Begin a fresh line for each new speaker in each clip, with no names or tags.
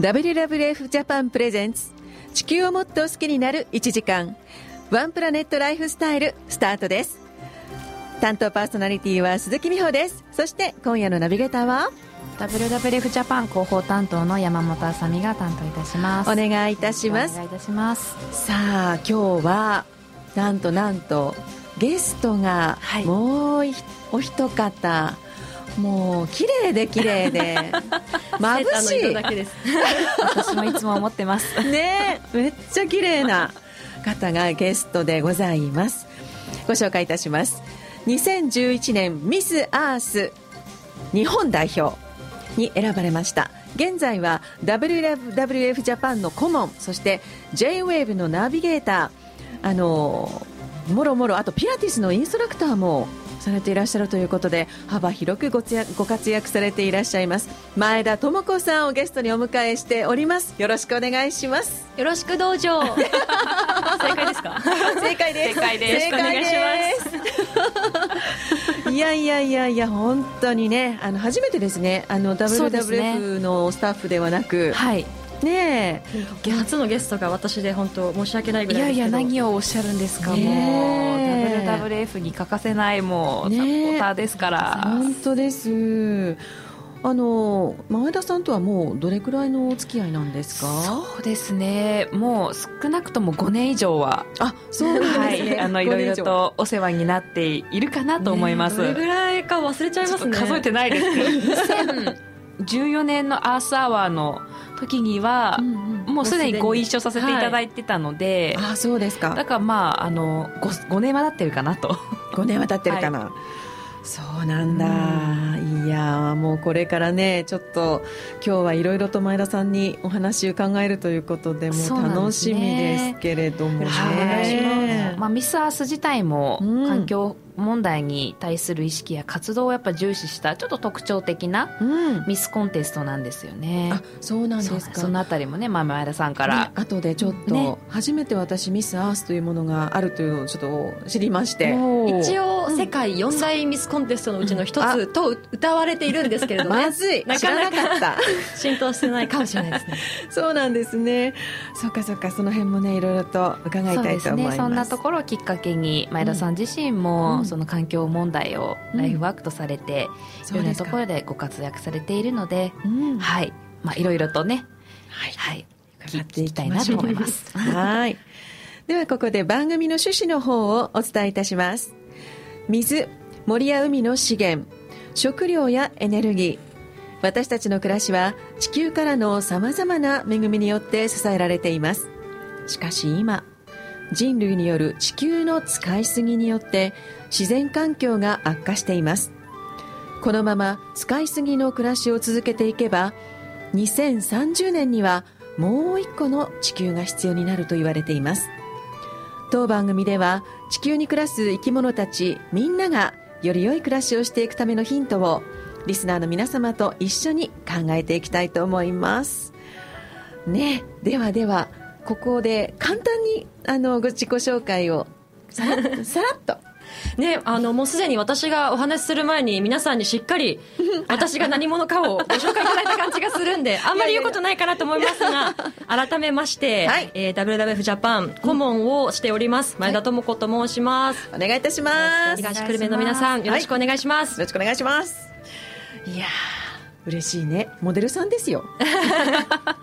WWF ジャパンプレゼンツ地球をもっと好きになる1時間ワンプラネットライフスタイルスタートです担当パーソナリティは鈴木美穂ですそして今夜のナビゲーターは
WWF ジャパン広報担当の山本あさみが担当いたします
お願いいたします
お願いいたします
さあ今日はなんとなんとゲストがもうお一方、もう綺麗で綺麗で眩しい
私もいつも思ってます
ねめっちゃ綺麗な方がゲストでございますご紹介いたします2011年ミス・アース日本代表に選ばれました現在は WWF ジャパンの顧問そして JWAVE のナビゲーターあのもろもろあとピラティスのインストラクターもされていらっしゃるということで幅広くごご活躍されていらっしゃいます前田智子さんをゲストにお迎えしておりますよろしくお願いします
よろしく道 場正解ですか
正解です
正解です
正解です いやいやいやいや本当にねあの初めてですねあの WWF のスタッフではなく、ね、
はい
ね
え初のゲストが私で本当申し訳ないぐ
い
ら
や
い
いや何をおっしゃるんですか、
ね
もう WWF に欠かせないもうサポーターですから、
本当ですあの前田さんとはもうどれくらいのお付き合いなんですか
そうですねもう少なくとも5年以上は
あそうなん
は
ですね、
い、あのい
ご
ろ
年
いろ
以上
とお世話になっているかなと思います、
どれぐらいか忘れちゃい
ち
ま
ょっ
す
と
ね
数えてないです けど2014年のアースアワーの時には、
ん
もうすでにご一緒させていただいてたので、
あそうです
だ
か
からまああの 5, 5年はなってるかなと
5年は経ってるかな、そうなんだ、いやーもうこれからねちょっと今日はいろいろと前田さんにお話伺えるということでもう
そうなんですね
楽しみですけれどもね
よろしくお願いし
はいまあ、ミスアース自体も
うん
環境問題に対する意識や活動をやっぱ重視したちょっと特徴的な
うん
ミスコンテストなんですよね
あそうなん
そう
で
な
す
ん
か
そのあたりもね、まあ、前田さんから、
ね後でちょっと、
ね
初めて私ミス・アースというものがあるというのをちょっと知りまして
一
応
応世界四大ミスコンテストのうちの一つと歌われているんですけれど ね
まずい
な
知ら
かな
なか った
浸透してないかもしれないですね
そうなんですねそうかそうかその辺もねいろいろと伺い
そう
たい
で
と
す
思い
ね
ます
そんなところをきっかけに前田さん自身も、
うん
その環境問題をライフワークとされて、い
そ
ろ
うん
な
で
と
す
こ
か
ろでご活躍されているので、
うんは
はいまあいろいろとね
い
はい
伺
聞
って
聞
い
きた
き
い
ま
な
し
と
ょう
思います
はい。ではここで番組の趣旨の方をお伝えいたします。水、森や海の資源、食料やエネルギー。私たちの暮らしは地球からの様々な恵みによって支えられています。しかし今、人類による地球の使いすぎによって自然環境が悪化しています。このまま使いすぎの暮らしを続けていけば、2030年にはもう一個の地球が必要になると言われています当番組では地球に暮らす生き物たちみんながより良い暮らしをしていくためのヒントをリスナーの皆様と一緒に考えていきたいと思いますねではではここで簡単にあのご自己紹介をさらっとさらっと
ねあのもうすでに私がお話しする前に皆さんにしっかり私が何者かをご紹介いただいた感じがする んであんまり言うことないかなと思いますが改めまして、
はい
えー WWF ジャパン顧問をしております前田智子と申します、
お願いいたしますよ
願いし
東久留米の皆さんよろしくお願いします、
ろしくお願いしますいやー嬉しいねモデルさんです よ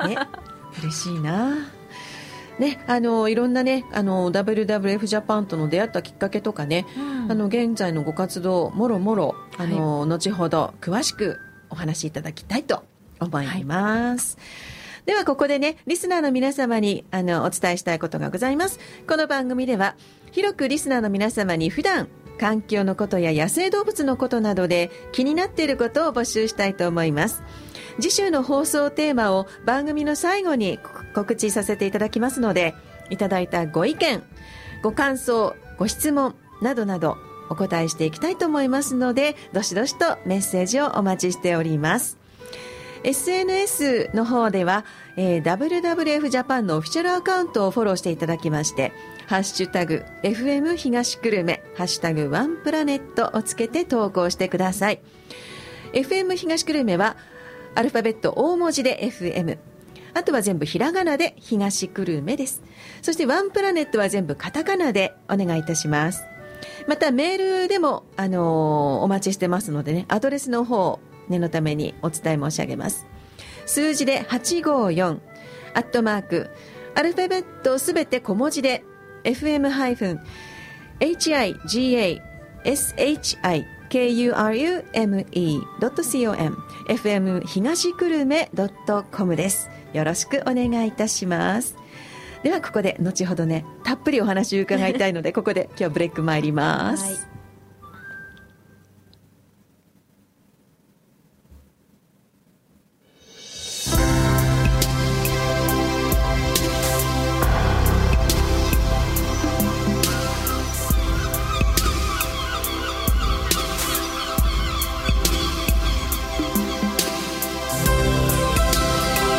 ね嬉しいなね、あのいろんなねあの WWF ジャパンとの出会ったきっかけとかね、あの現在のご活動もろもろあの、後ほど詳しくお話しいただきたいと思います、ではここでねリスナーの皆様にあのお伝えしたいことがございますこの番組では広くリスナーの皆様に普段環境のことや野生動物のことなどで気になっていることを募集したいと思います次週の放送テーマを番組の最後に告知させていただきますので、いただいたご意見、ご感想、ご質問などなどお答えしていきたいと思いますので、どしどしとメッセージをお待ちしております。SNS の方では、えー WWF ジャパンのオフィシャルアカウントをフォローしていただきまして、ハッシュタグ、FM 東久留米、ハッシュタグ、ワンプラネットをつけて投稿してください。FM 東久留米は、アルファベット大文字で FM。あとは全部ひらがなで東久留米です。そしてワンプラネットは全部カタカナでお願いいたします。またメールでも、あのーお待ちしてますのでね、アドレスの方、念のためにお伝え申し上げます。数字で854、アットマーク、アルファベットすべて小文字で、fm-higa-shikurume.com fm 東久留米 .com です。よろしくお願いいたします。ではここで後ほどねたっぷりお話を伺いたい のでここで今日はブレイク参ります、
はい
「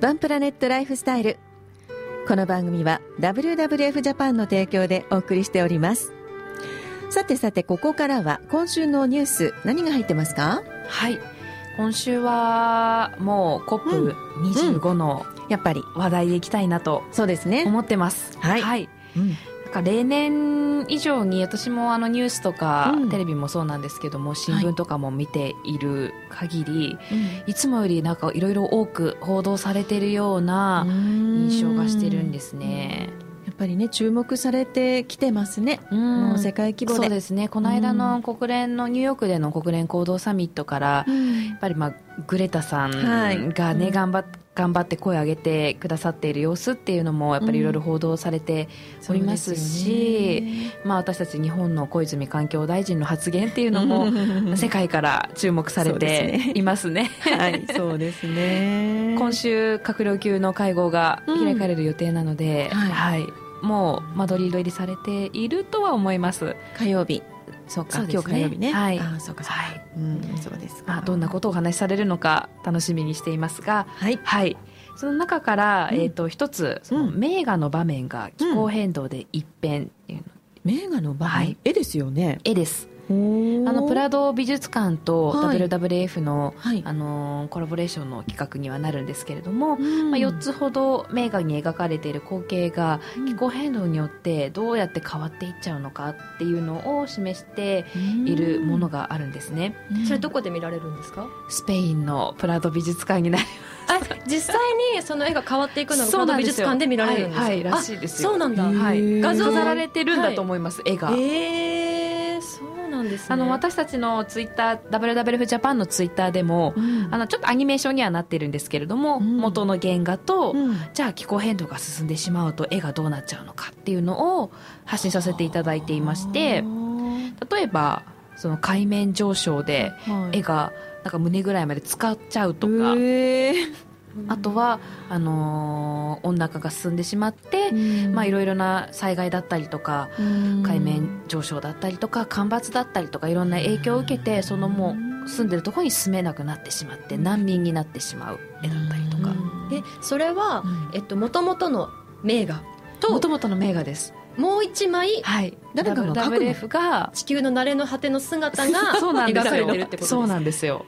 ワンプラネットライフスタイル。この番組は WWF ジャパンの提供でお送りしております。さてさて、ここからは今週のニュース、何が入ってますか
はい今週はもう
うん
COP25 の
やっぱり。
話題でいきたいなと
そうですね。
思ってます、
はい
はい、
うん
なんか例年以上に私もあのニュースとか、
うん
テレビもそうなんですけども新聞とかも見ている限り、い、つもよりなんかいろいろ多く報道されているような印
印。
象がしてるんですすね。
やっぱりね、注目されてきてますね。
うん
もう世界規模
そう
で。
ですねこの間の国連のニューヨークでの国連行動サミットから、や
うん
っぱり、まあ、グレタさん
はい
がね、
うん
頑張っ頑張って声を上げてくださっている様子っていうのもやっぱりいろいろ報道されておりますし、まあ、私たち日本の小泉環境大臣の発言っていうの も
も
世界から注目されていますね
はい、そうですね。
今週閣僚級の会合が開かれる予定なので、
うんは
はいもうマドリード入りされているとは思います
火曜日。
そうか
そうです
今日火曜日ね
はい。
は
あ、そうか、そうか。う
い
ん、そうですか。
まあ、どんなことをお話しされるのか楽しみにしていますが、
はい。
はい、その中から、
うん
えー、と一つその
うん
名画の場面が気候変動で一変っていうの、
名画の場合、
はい
絵ですよね。
絵です
あ
あの
の
プラド美術館と
はい
WWF の、
はい。
あのーコラボレーションの企画にはなるんですけれども、
ま
まあ、4つほど名画に描かれている光景が気候変動によってどうやって変わっていっちゃうのかっていうのを示しているもの
が、
があるんですね、
それどこで見られるんですか
スペインのプラド美術館にな り
あ実際にその絵が変わっていくのがこの美術館で見られるんですか
はい、はいらしいですよ
あそうなんだ、
へー
はい、
画
画
像
像飾られてるんだと思います、絵が、
えー、そうなんですね
あの私たちのツイッター WWF ジャパンのツイッターでも、
うん
あのちょっとアニメーションにはなってるんですけれども、
うん
元の原画と、
うん
じゃあ気候変動が進んでしまうと絵がどうなっちゃうのかっていうのを発信させていただいていまして例えばその海面上昇で
はい
絵がなんか胸ぐらいまで使っちゃうとか、
えー
あとはあのー温暖化が進んでしまって、まあ、いろいろな災害だったりとか
うん
海面上昇だったりとか干ばつだったりとかいろんな影響を受けてそのもう住んでるところに住めなくなってしまって難民になってしまう絵だったりとか、
うん
えそれは、
うん
えっと元々の名画
ともともとの名画です
もう一枚
はい
誰かが描くの
WWF が
地球の慣れの果ての姿が
そうなんで
描
す
かれ
よ
てるってことです
そうなんですよ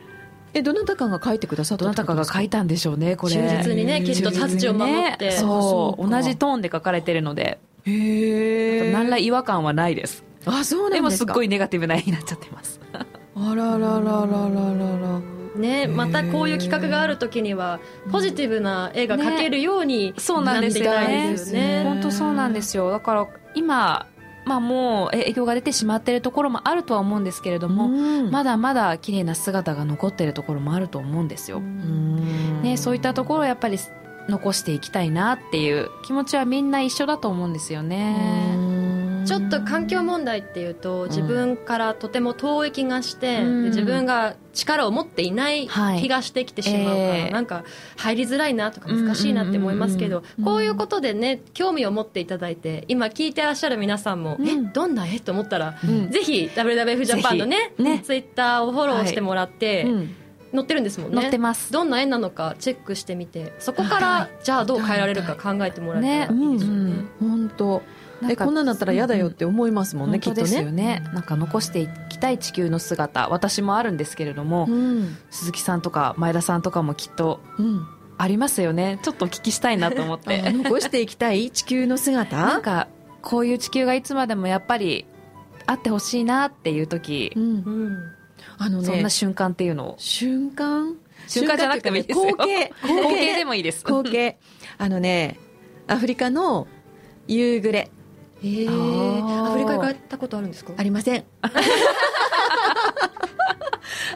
えどなたかが書いてくださった
どなたかが書い
た
たんでしょうねこれ
忠実にねきっとタッチを守って、
ねそう同じトーンで書かれてるので
へえ
何ら違和感はないです
あそう
で
なん
も
です
すっ
か
ごいネガティブな絵になっちゃってます
あららららららら
ね、またこういう企画がある時にはポジティブな絵が描けるように
そう
な
な
っ
んで
てい
す
き
よ
た
ね
いですよ
え
ね。
本当そうなんですよだから今、まあ、もうえ影響が出てしまっているところもあるとは思うんですけれども、ま
だ
だまだ綺麗な姿が残っているところもあると思うんですよ、ね、そういったところをやっぱり残していきたいなっていう気持ちはみんな一緒だと思うんですよね、
ちょっと環境問題っていうと自分からとても遠い気がして、
うん
で自分が力を持っていない
はい
気がしてきてしまうから、
ええ
なんか入りづらいなとか難しいなって思いますけど、
うん
こういうことでね興味を持っていただいて今聞いてらっしゃる皆さんも、
うん
えどんな絵と思ったら、
うん
ぜひ WWF ジャパンのね
ぜひね
ツイッターをフォローしてもらって、
うん
載ってるんですもんね
載ってます
どんな絵なのかチェックしてみてそこから、
は
じゃあどう変えられるか考えてもらえたらいいでしょうね
ね
本当えこんなんだったら嫌だよって思いますもんね、
本
き
当
っと
ですよ
ね
ねなんか残していきたい地球の姿私もあるんですけれども、
うん
鈴木さんとか前田さんとかもきっと
うん
ありますよねちょっとお聞きしたいなと思って
あ残していきたい地球の
なん
姿
かこういう地球がいつまでもやっぱりあってほしいなっていう時
う、ん
うん
あの
そん
ね
な瞬間っていうのを
瞬間
瞬間じゃなくてもいいですよ
瞬間っていうかね光景
光景でもいいです
光景あのねアフリカの夕暮れ
え
あー
アフリカ行かれたことあるんですか
ありません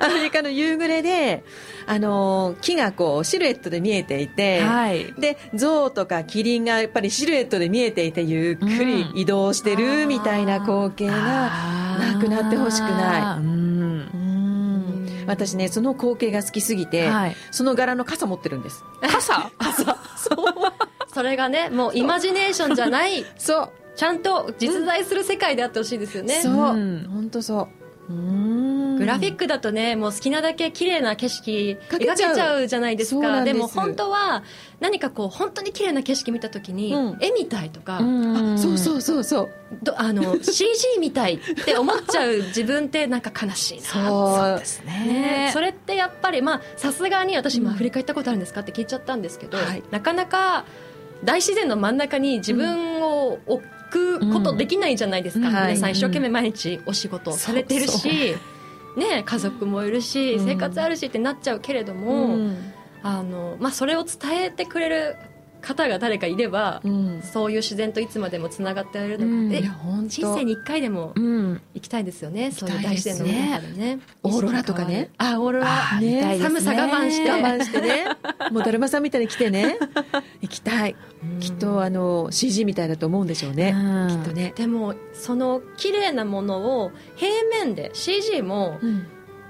アフリカの夕暮れであの木がこうシルエットで見えていて、
はい
で象とかキリンがやっぱりシルエットで見えていてゆっくり
うん
移動してるみたいな光景が、な
な、
くなってほしくない
うん
うん私ねその光景が好きすぎて、
はい、
その柄の傘持ってるんです
傘
それがねもうイマジネーションじ ゃない
そう
ちゃんと実在する世界であってほしいですよね、
そう、
うん
本当そう。うーん
ググラフィックだとねもう好きなだけ綺麗な景色
か
描
け
け
ち
ち
ゃう
ゃうじゃないです
そうな
か
んで
ですも本当は何かこう本当に綺麗な景色見た時に、
うん
絵みたいとか、
あそう
う
そうそうそう
どあの CG みたいって思っちゃう自分ってなんか悲しいな
そう
です
ね
ね、
それってやっぱりまあさすがに私
うん
もアフリカ行ったことあるんですかって聞いちゃったんですけど、
はい
なかなか大自然の真ん中に自分を置くことできないじゃないですか、
うん
はい
皆さん一生懸命毎日お仕事をされてる
そ
し、ね、家族もいるし、
うん
生活あるしってなっちゃうけれども、
うん
あのまあ、それを伝えてくれる方が誰かいれば、
うん
そういう自然といつまでもつながっているのか、
うん
で
いや
本
人生に一回でも
うん、
行きたいですよね、そう
き
いう
たいで
大自
す
然
ね
の中でね。
オーロラとかね
あ、オーロ
あ
ラ。
ー
ね
見たいですね
寒さ我慢して
我慢してね もうだるまさんみたいに来てね行きたいきっとあの CG みたいだと思うんでしょうね、
うん
きっとね、
でもその綺麗なものを平面で CG も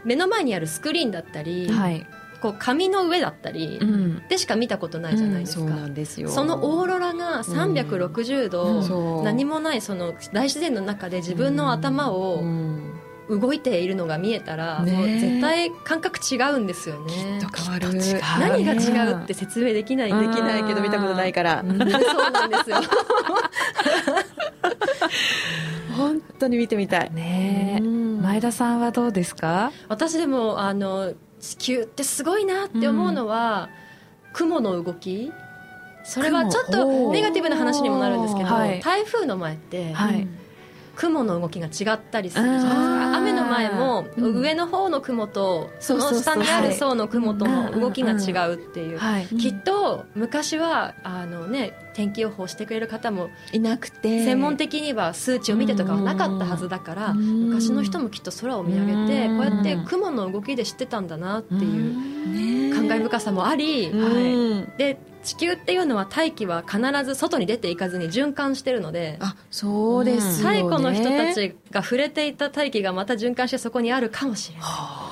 目の前にあるスクリーンだったり、
はい、
こう紙の上だったり
うん、
でしか見たことないじゃないです
そ
か、
うなんですよ
そのオーロラが360
うん
度
そう
何もないその大自然の中で自分の頭
う
を
ん
動いているのが見えたら
ね
もう絶対感覚違うんですよね
きっと変わる
きっと違う
何が違うって説明できない
うん
できないけど見たことないから
うん
そうなんですよ
本当に見てみたい、
ねえ
うん
前田さんはどうですか
私でもあの地球ってすごいなって思うのは、雲の動きそれは
雲
ちょっ
お
と
ー
ネガティブな話にもなるんですけど、
はい
台風の前って、
はい
雲の動きが違ったりするじゃないです
あー
か雨の前も、
うん
上の方の雲と
そ
そう
そう
の
そう
下にある層の雲との動きが違うっていう。
はい
きっと昔はあの、ね、天気予報してくれる方も
いなくて
専門的には数値を見てとかはなかったはずだから、
うん
昔の人もきっと空を見上げて、
うん
こうやって雲の動きで知ってたんだなっていう
ね
感慨深さもあり、はい
うん
で地球っていうのは大気は必ず外に出ていかずに循環してるので。
あそうですよね
太古の人たちが触れていた大気がまた循環してそこにあるかもしれない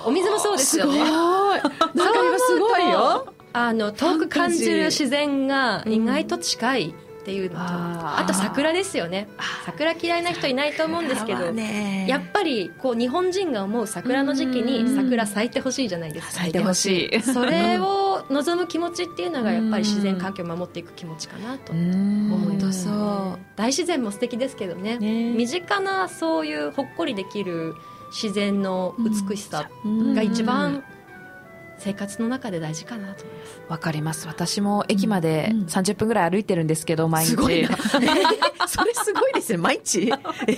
お水もそうですよ
すごい
ね
なんか今すごいよ
あの遠く感じる自然が意外と近いっていうのと、
うんあー
あと桜ですよね桜嫌いな人いないと思うんですけど、
ね
やっぱりこう日本人が思う桜の時期
う
に
ん
桜咲いてほしいじゃないですか
咲いてほしい
それを望む気持ちっていうのがやっぱり自然環境を守っていく気持ちかなと思
本
いま
当
す、
そう
大自然も素敵ですけどね
ね
身近なそういうほっこりできる自然の美しさ
うん
が一番生活の中で大事かなと思います、
わかります私も駅まで
うん
30分ぐらい歩いてるんですけど毎日
すごいな それすごいですね毎日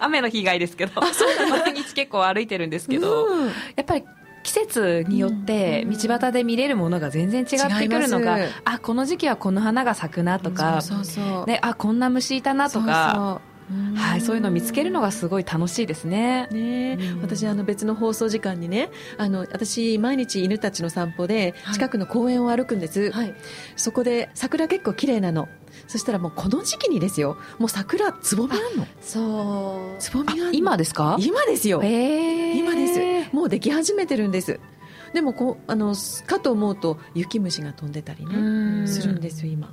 雨の日以外ですけど毎日結構歩いてるんですけど、
うん
やっぱり季節によって道端で見れるものが全然違ってくるのが、
違います
あこの時期はこの花が咲くなとか、
そうそうそう
ね、あこんな虫いたなとか
そうそう
はい、そういうのを見つけるのがすごい楽しいですね。
ねえ
うん
私あの別の放送時間にねあの私毎日犬たちの散歩で
はい
近くの公園を歩くんです、
はい、
そこで桜結構綺麗なのそしたらもうこの時期にですよもう桜つぼみあんの
そう
つぼみあんの
今ですか
今ですよ、
えー
今ですもうでき始めてるんですでもこうあのかと思うと雪虫が飛んでたり
う
ね
ん
するんですよ今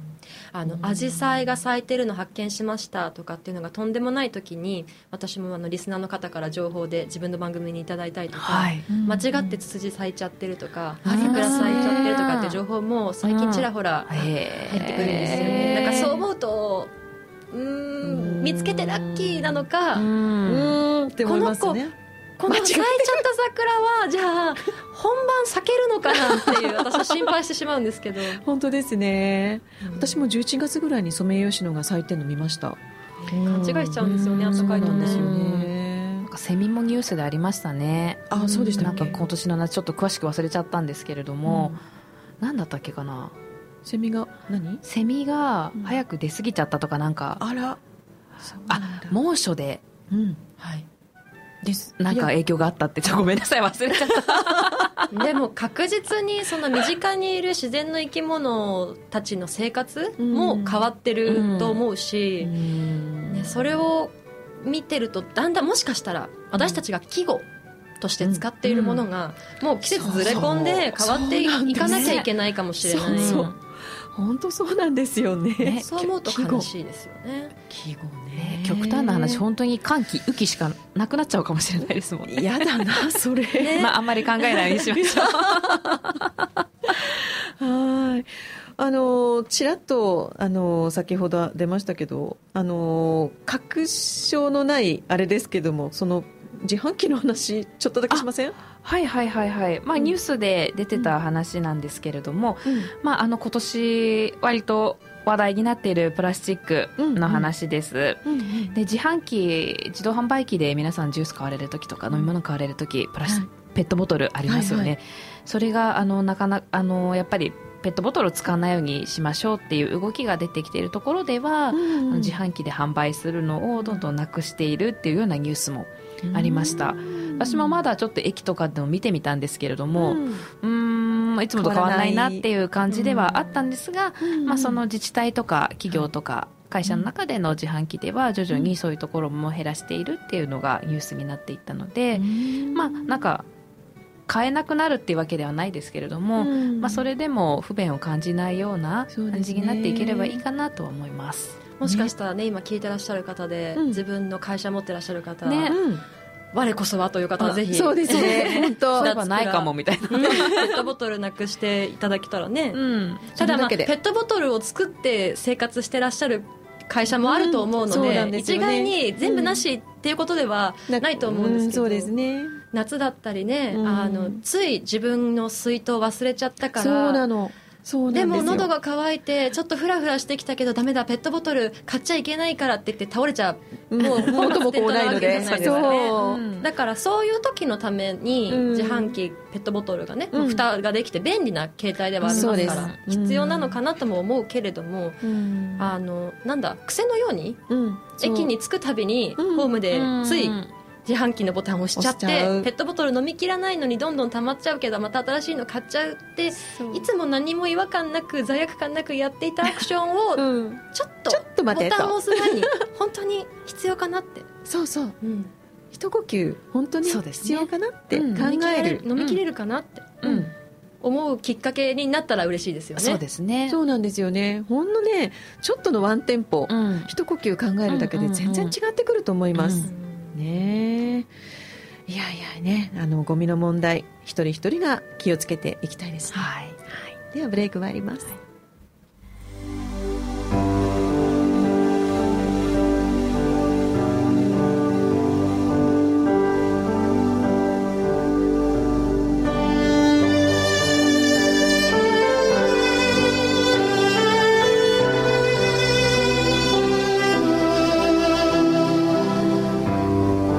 あの紫陽花が咲いてるの発見しましたとかっていうのがとんでもない時に私もあのリスナーの方から情報で自分の番組にいただいたりとか、
はい、
間違ってツツジ咲いちゃってるとか
あり
桜
ますね
咲いちゃってるとかって情報も最近ちらほら入
えー
ってくるんですよね、なんかそう思うとうー
うん
ん見つけてラッキーなのか、
うんーんって思いますね
この
間違え
咲
て
いちゃった桜はじゃあ本番咲けるのかなっていう私は心配してしまうんですけど
本当ですね私も11月ぐらいにソメイヨシノが咲いてるの見ました
勘違いしちゃうんですよね
うん
暖かいと
そうなん
ね
ですよね
ね
なんかセミもニュースでありましたね。
あそうでした
な
っ
ん
け
か今年の夏ちょっと詳しく忘れちゃったんですけれども、なんだったっけかな
セミが何
セミが
うん
早く出過ぎちゃったとかなんか、
あら
あ猛暑で
うん
はい
です
なんか
いや
影響があったってちょっとごめんなさい忘れちゃった
でも確実にその身近にいる自然の生き物たちの生活も変わってると思うし、ね、それを見てるとだんだんもしかしたら私たちが季語として使っているものがもう季節ずれ込んで変わっていかなきゃいけないかもしれない
そうそう本当そうなんですよね
ね
そう思うと悲しいですよね
季語ね
ね極端 な話本当に歓喜雨季しかなくなっちゃうかもしれないですもんね
やだなそれ、
まああんまり考えないようにしましょう
はい。あのちらっとあの先ほど出ましたけど、あの確証のないあれですけども、その自販機の話ちょっとだけしません？
はいはいはいはい、まあ、
うん
ニュースで出てた話なんですけれども、まあ、あの今年割と話題になっているプラスチックの話です、
うん
で自販機自動販売機で皆さんジュース買われる時とか飲み物買われる時プラス、
はい
ペットボトルありますよね、
はい
それがあのなかなあのやっぱりペットボトルを使わないようにしましょうっていう動きが出てきているところでは、あの自販機で販売するのをどんどんなくしているっていうようなニュースもありました、私もまだちょっと駅とかでも見てみたんですけれども、うーんいつもと変わらないなっていう感じではあったんですが、まあ、その自治体とか企業とか会社の中での自販機では徐々にそういうところも減らしているっていうのがニュースになっていったので、まあ、なんか買えなくなるっていうわけではないですけれども、まあ、それでも不便を感じないような
そうですね
感じになっていければいいかなとは思います。
もしかしたらね今聞いてらっしゃる方で、
うん
自分の会社持ってらっしゃる方、
ね
我こそはという方はぜひ
そうですね。本当
そういえばないかもみたいな、
ねペットボトルなくしていただけたらね、
うん、
ただ,、まあ、
それだけ
ペ
で
ットボトルを作って生活してらっしゃる会社もあると思
う
うの
んそう
で,、
なんです
一
よね
概に全部なしっていうことではないと思うんですけど、
そうですね。
夏だったりね、
うん
あのつい自分の水筒忘れちゃったから
そうなの。そう
で
なんです
も
よ。
喉が渇いてちょっとフラフラしてきたけどダメだペットボトル買っちゃいけないからって言って倒れちゃ
もう元も子もないので、
倒
本末転
なわけじゃないです
そう
ねう
うんだからそういう時のために
うん
自販機ペットボトルがね、
うん
蓋ができて便利な携帯ではあります
そうで
か
す
ら
うん
必要なのかなとも思うけれども、
うん
あのなんだ癖のように
うんそう
駅に着くたびに
うん
ホームでつい
うん
自販機のボタンを押しちゃって
押しちゃう
ペットボトル飲みきらないのにどんどん溜まっちゃうけどまた新しいの買っちゃうって
そう
いつも何も違和感なく罪悪感なくやっていたアクションを
うん、
ちょっと
ちょっと
ボ
待て
タンを
と
押す前に本当に必要かなって、
そうそう
うん、
一呼吸本当に
そうですね
必要かなって考
うん
え
飲み切れ
る、
る飲み切れるかなって
うん
思うきっかけになったら嬉しいですよね
そうですね
そうなんですよねほんのねちょっとのワンテンポ、
うん
一呼吸考えるだけで全然違ってくると思います、
うん
ねえいやいやねあのゴミの問題一人一人が気をつけていきたいですね、
はい
はい、ではブレイク参ります、
「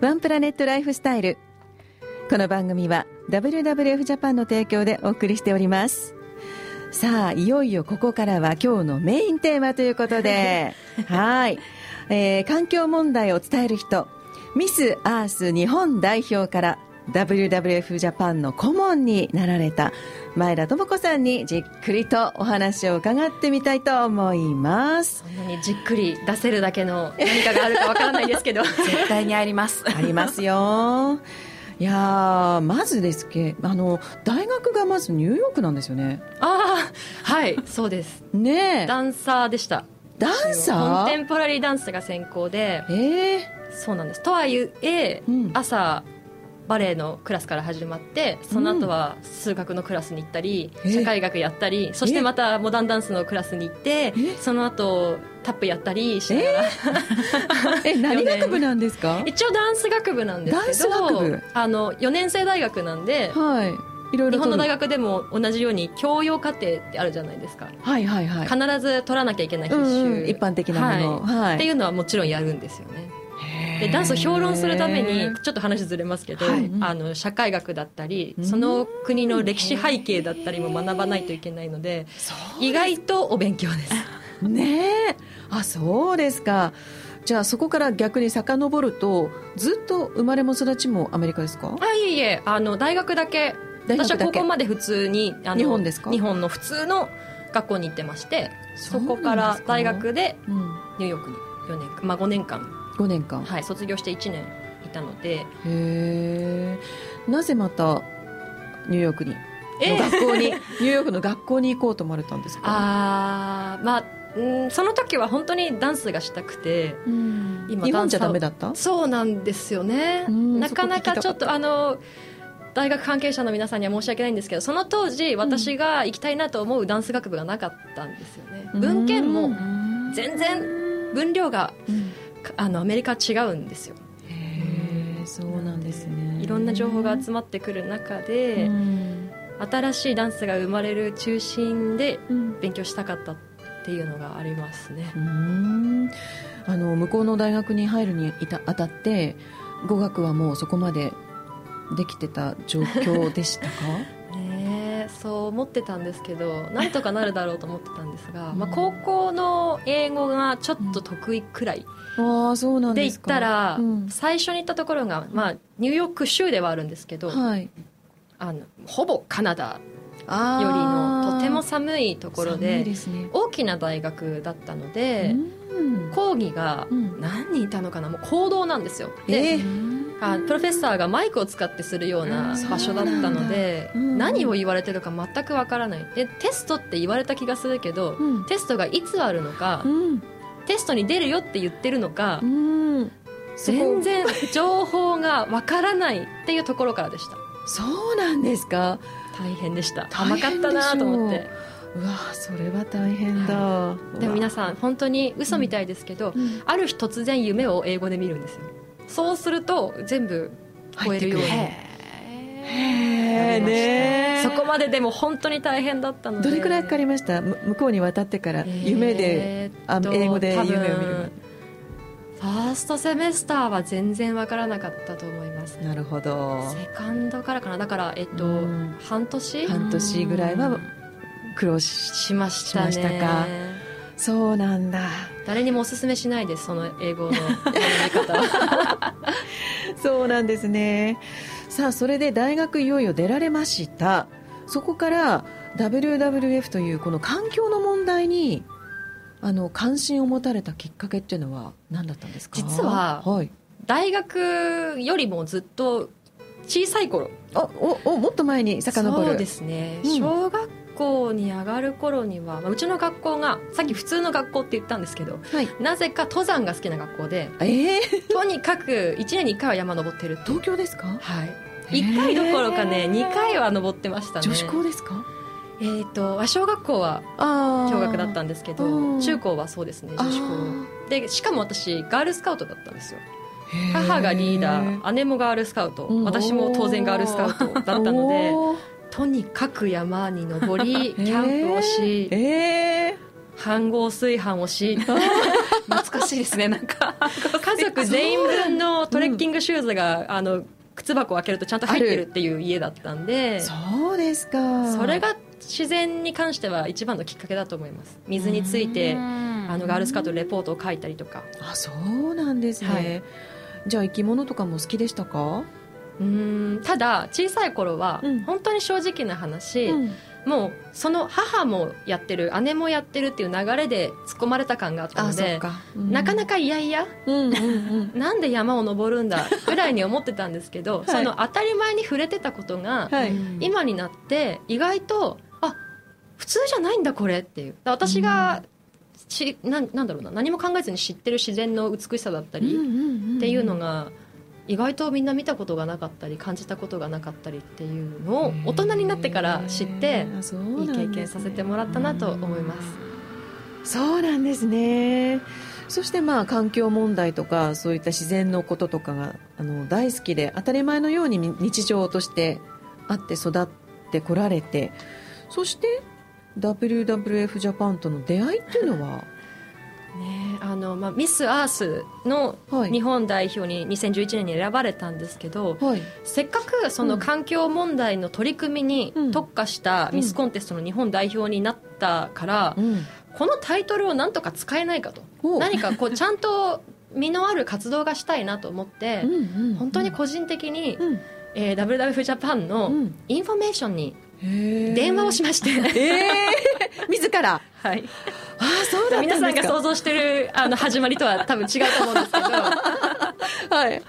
ワンプラネットライフスタイル。この番組は WWF ジャパンの提供でお送りしております。さあ、いよいよここからは今日のメインテーマということで、はい、えー環境問題を伝える人、ミス・アース日本代表から WWF ジャパンの顧問になられた前田智子さんにじっくりとお話を伺ってみたいと思います。
そんなにじっくり出せるだけの何かがあるかわからないです けど
絶対にあります。
ありますよ。いやーまずですけあの大学がまずニューヨークなんですよね。
ああはいそうです
ねえ
ダンサーでした
ダン
コ
サ
ンテ
ー
ンポラリーダンスが専攻で
ええ
そうなんですとはいえ、
うん
朝バレエのクラスから始まってその後は数学のクラスに行ったり、
え
社会学やったりそして
え
またモダンダンスのクラスに行って
え
その後タップやったりしながら、
え何学部なんですか
一応ダンス学部なんですけど
ダンス学部
あの4年生大学なんで
はいいろいろとる
日本の大学でも同じように教養課程ってあるじゃないですか
はいはいはい
必ず取らなきゃいけない必
うん
修、
うん一般的なもの
はい
はい
っていうのはもちろんやるんですよね
へ
で
ー
ダンスを評論するためにちょっと話ずれますけど、
はいうん
あの社会学だったり
うん
その国の歴史背景だったりも学ばないといけないので
そう
意外とお勉強です
ねえあそうですかじゃあそこから逆に遡るとずっと生まれも育ちもアメリカですか
あいえいえあの大学だけ
大学
私
だ
は
け
高校まで普通にあの
日本ですか
日本の普通の学校に行ってまして
そうな
そ
んですか
こから大学で
うん
ニューヨークに4年間、まあ、5年間、
5年間
はい、卒業して1年いたので
へえなぜまたニューヨークにの
え
学校にニューヨークの学校に行こうと思われたんですか
あーまあうんその時は本当にダンスがしたくて
うん
今
日本じゃ
ダンサー
ダメだった
そうなんですよね
うん
なかなかち
そ
ょ
こ聞き
ったとあの大学関係者の皆さんには申し訳ないんですけどその当時私が行きたいなと思うダンス学部がなかったんですよね、
うん
文献
う
も
ん
全然分量が
うん
かあのアメリカは違うんですよ
へえそうなんですね
いろんな情報が集
ま
まってくる中
っ
で、
うん
新しいダンスが生まれる中心で
うん
勉強したかったっていうのがありますね
うんあの向こうの大学に入るにいたあたって語学はもうそこまでできてた状況で したか
ねえそう思ってたんです けどなんとかなるだろうと思ってたんですが、まあ、
うん
高校の英語がちょっと得意くらい
ああそうなん
で
で
行っ
すか
たら、
うん
最初に行ったところが、まあ、ニューヨーク州ではあるんですけど、
はい
あのほぼカナダよ
あ
り
ー
のとても寒いところ
寒い
で
ですね
大きな大学だったので
うん
講義が
うん
何人いたのかなもう行動なんですよで、
え
あプロフェッサーがマイクを使ってするような
うん
場所だったので、
そうなんだうん
何を言われてるか全くわからないでテストって言われた気がするけど、
うん
テストがいつあるのか、
うん
テストに出るよって言ってるのか、
うん
全然情報がわからないっていうところからでした
そうなんですか
大変でした
大
甘かっ
変でしょう
たなと思って
うわそれは大変だ、
でも皆
さ
さん本当に嘘みたいですけど、
ん
ある日突然夢を英語で見るんですよそうすると全部超えるように
入
な
へえ
りまし
ね
たそこまででも本当に大変だったので
どれくらいかかりましたむ向こうに渡ってから夢で、
えーっと
あ英語で
多分
夢を見るの
ファーストセメスターは全然わからなかったと思います
なるほど
セカンドからかなだからえっと、
うん
半年
半年ぐらいは苦労し
しましたね
しましたかそうなんだ
誰にもおすすめしないですその英語の 学び方は
そうなんですねさあそれで大学いよいよ出られましたそこから WWF というこの環境の問題にあの関心を持たれたきっかけっていうのは何だったんですか
実は
はい、
大学よりもずっと小さい頃
あおおもっと前に遡る
そうですね、
うん
小学校に上がる頃にはまあうちの学校がさっき普通の学校って言ったんですけど
はい、
なぜか登山が好きな学校で
ええ
とにかく1年に1回は山登ってると
東京ですか
はい1回どころかね2回は登ってましたね
女子校ですか
えっ、とあ小学校は
あ
共学だった
ん
んですけ
うん
ど中高はそうですね女子校でしかも私ガールスカウトだったんですよ母がリーダー姉もガールスカウト
うん
私も当然ガールスカウトだったので
おー
とにかく山に登り
へ
キ
ー
ャンプを
え
し
え
飯合炊飯をし
懐かしいですね、なんか。
韓家族全員分のトレッキングシューズが、あの靴箱を開けるとちゃんと入ってるっていう家だったんで
そうですか
それが自然に関しては一番のきっかけだと思います水についてあのガールスカウトレポートを書いたりとか
あそうなんですね、
はい
じゃあ生き物とかも好きでしたか、
うんただ小さい頃は
うん
本当に正直な話、
うん
もうその母もやってる姉もやってるっていう流れで突っ込まれた感があった
あ
の
そっ
で
か、
なかな
か、
かいやいや
うんうん うん、
なんで山を登るんだぐらいに思ってたんですけ ど、
い
その当たり前に触れてたことが、
はい、
今になって意外とあ普通じゃないんだこれっていう私がしなんなんだろうな何も考えずに知ってる自然の美しさだったり、
っ
っていうのが意外とみんな見たことがなかったり感じたことがなかったりっていうのを大人になってから知っていい経験させてもらったなと思います。
そうなんですねそしてまあ環境問題とかそういった自然のこととかがあの大好きで当たり前のように日常としてあって育ってこられてそして WWF ジャパンとの出会いっていうのは
ねあのまあ、ミス・アースの
はい
日本代表に2011年に選ばれたんですけど、
はい
せっかくそうの
ん
環境問題の取り組みに
うん
特化したミスコンテストの日本代表になったから、
うん
このタイトルをなんとか使えないかと
お
何かこうちゃんと実のある活動がしたいなと思って、
うんうんうん
本当に個人的に、
うん
えー WWF ジャパン
う
の
ん
インフォメーションに
へー
電話をし まして、
えー 自ら
はい、
ああそうだったんですか
皆さんが想像してるあの始まりとは多分違うと思うんですけど。
はい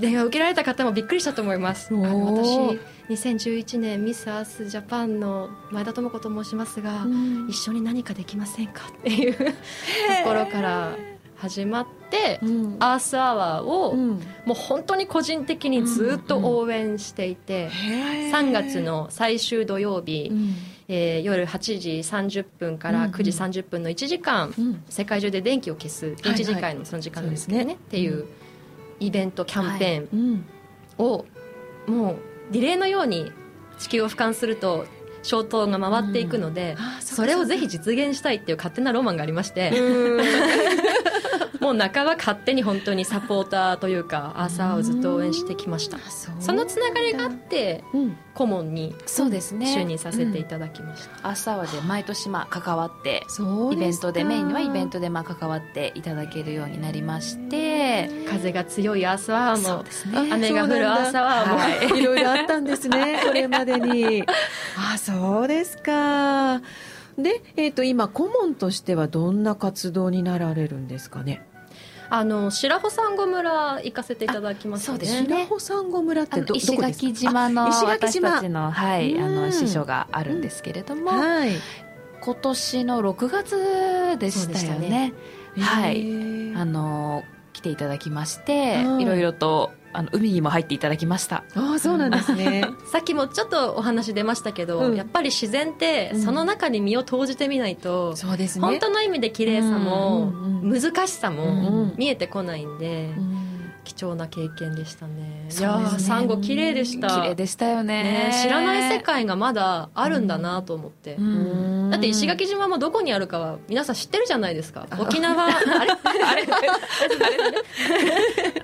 電話を受けられた方もびっくりしたと思いますあ
おー
の私2011年ミス・アース・ジャパンの前田智子と申しますが、一緒に何かできませんかっていうところから始まって、
うん
アースアワーを、
うん
もう本当に個人的にずっと応援していて、
へー
3月の最終土曜日、
うん
えー夜8時30分から9時30分の1時間、
うん
世界中で電気を消す
はい
臨時次会のその時間ですけどね,、
そうですね
っていうイベントキャンペーン
うん
を、もうリレーのように地球を俯瞰すると消灯が回っていくので、
あー
それをぜひ実現したいっていう勝手なロマンがありまして、もう半ば勝手に本当にサポーターというかアーサーをずっと応援してきました
あう
そのつながりがあって
うん
顧問に
そうですね
就任させていただきました、
朝はで毎年まあ関わって
そう
イベントでメインにはイベン
ト
トでまあ関わっていただけるようになりまして
風が強いアースワーも
です
雨が降るアーサワーも、
はい
いろいろあったんですねこれまでにあそうですかで、えー、と今顧問としてはどんな活動になられるんですかね
あの白穂産後村行かせていただきます
あそうですね
白穂産後村っ
あ
て
の
ど
石
どこですか
垣島の
あ石垣
私
島
たちの,、はい、あ
うん
の師匠があるんですけれども、
はい、
今年の6月でしたよねはい、
い
あの来ていただきまして、
うん
いろいろとあの海にも入っていただきました
あそうなんですね
さっきもちょっとお話出ましたけど、
うん
やっぱり自然って
うん
その中に身を投じてみないと、
そうですね
本当の意味で綺麗さも、
うんうん
難しさも、
うん
見えてこないんで、
うん
貴重な経験でしたねい
そう
や
です
ー
ね
サンゴ綺麗でした
綺麗でしたよね
ね知らない世界がまだあるんだなと思って、
うん
だって石垣島もどこにあるかは皆さん知ってるじゃないですか沖縄あれ
あれ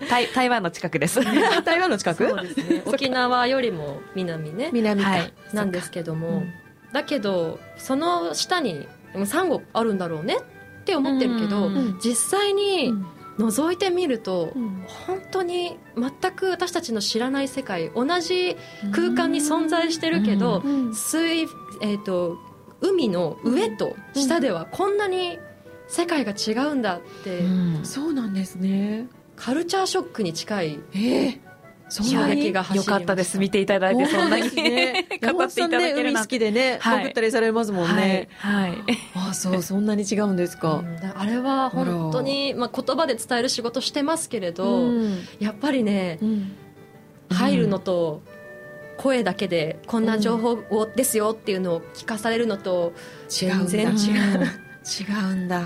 台台湾の近くです
台湾の近く
そうですね沖縄よりも南ね
南か、
はい
なんですけども、
うん
だけどその下にでもサンゴあるんだろうねって思ってるけど、
うん
実際に覗いてみると、
うん
本当に全く私たちの知らない世界同じ空間に存在してるけど、
うん
水えー、と海の上と下ではこんなに世界が違うんだって、
うん
そうなんですね
カルチャーショックに近い
ええそ
衝
んなに
撃が走りま
よ
した
かったです見ていただいてそんなに、 語っていただける
山本さんね、海
な
好
んて
きでね、
はい
潜ったりされますもんね、
はい、はい
あそうそんなに違うんです
う
か、
んだからあれは本当に、まあ、言葉で伝える仕事してますけれど、
うん
やっぱりね
うん
入るのと声だけでこんな情報をですよっていうのを聞かされるのと全然違 う、
違うんだうん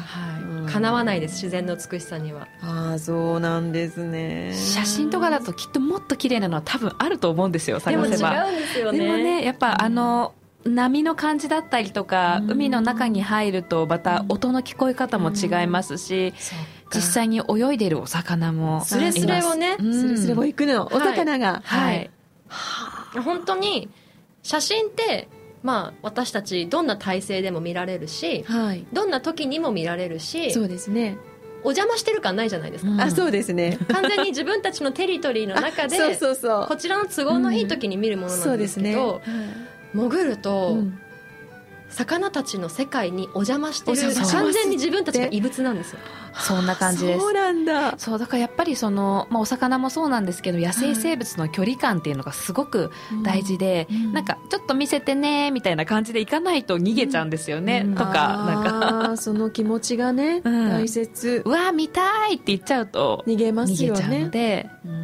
はい、かなわないです自然の美しさには
ああそうなんですね
写真とかだときっともっと綺麗なのは多分あると思うんですよ探
でも違うん
せば
ですよ
で
ね
もねやっぱあの波の感じだったりとか、
うん
海の中に入るとまた音の聞こえ方も違いますし、
そか
実際に泳いでるお魚も
スレスレをね
います
スレスレを行くの、お魚が、
はい、
本当に写真って、まあ、私たちどんな体勢でも見られるし
はい、
どんな時にも見られるし
そうですね、
お邪魔してる感ないじゃないですか、
うん
あそうですね
完全に自分たちのテリトリーの中 で
そうそうそ
こちらの都合のいい時に見るも
う
の
そ
な
うん
で
ですす
け
ね、
ど、潜ると、
うん
魚たちの世界にお邪魔して
お
る
邪
魔します
完全に自分たちが異物なんですよ
そんな感じです
そうなんだ
そうだからやっぱりその、まあ、お魚もそうなんですけど野生生物の距離感っていうのがすごく大事で、
うん
なんかちょっと見せてねみたいな感じでいかないと逃げちゃうんですよね、
うん
とかなんか
あーその気持ちがね、
うん
大切
うわ見たいって言っちゃうと
逃げま
逃
す
げ
よ
ちゃうの
ね
で、
な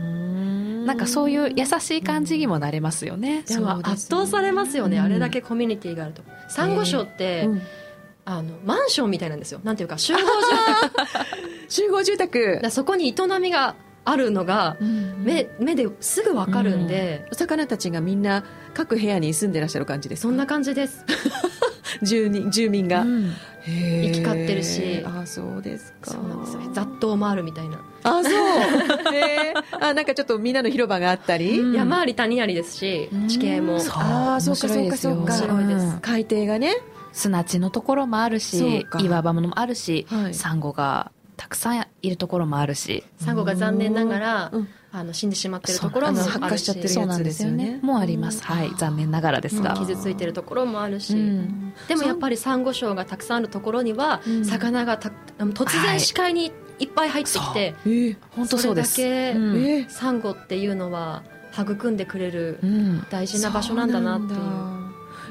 なんかそういう優しい感じにもなれますよ
う
ね、
ん
そう
そうですね
圧倒されますよね、
うん
あれだけコミュニティがあるとサンゴ礁って、
うん
あのマンションみたいなんですよなんていうか集合所
集合住宅
でそこに営みがあるのが目目ですぐ分かるんで、
お魚たちがみんな各部屋に住んでらっしゃる感じですか
そんな感じです
住人住民が、
うん
へー
行き交ってるし
あそうですか
そうなんですよ雑踏もあるみたいな
あ そうへーあなんかちょっとみんなの広場があったり、
うん
山あり谷ありですし
うん
地形も
そう
あーそうか
面白いですよ
そうかそう
か面白いです
うん
海底がね
砂地のところもあるし
そうか
岩場ものもあるし、
はい
サンゴがたくさんいるところもあるし
サンゴが残念ながら、
うん
あの死んでしまってるところも
そうあの
あ
発火
る
しちゃ
し
ってる
そうなんですよね
やつですよね
もうあります、はい残念ながらです
う
が、
ん
傷ついてるところもあるし、
うん
でもやっぱりサンゴ礁がたくさんあるところには、
うん
魚がたあの突
は
然
い
視界にいっぱい入ってきて、
えー
本当そうです
それだけ
うん
えー
サンゴっていうのは育んでくれる
うん
大事な場所なんだなっていう
そなんだ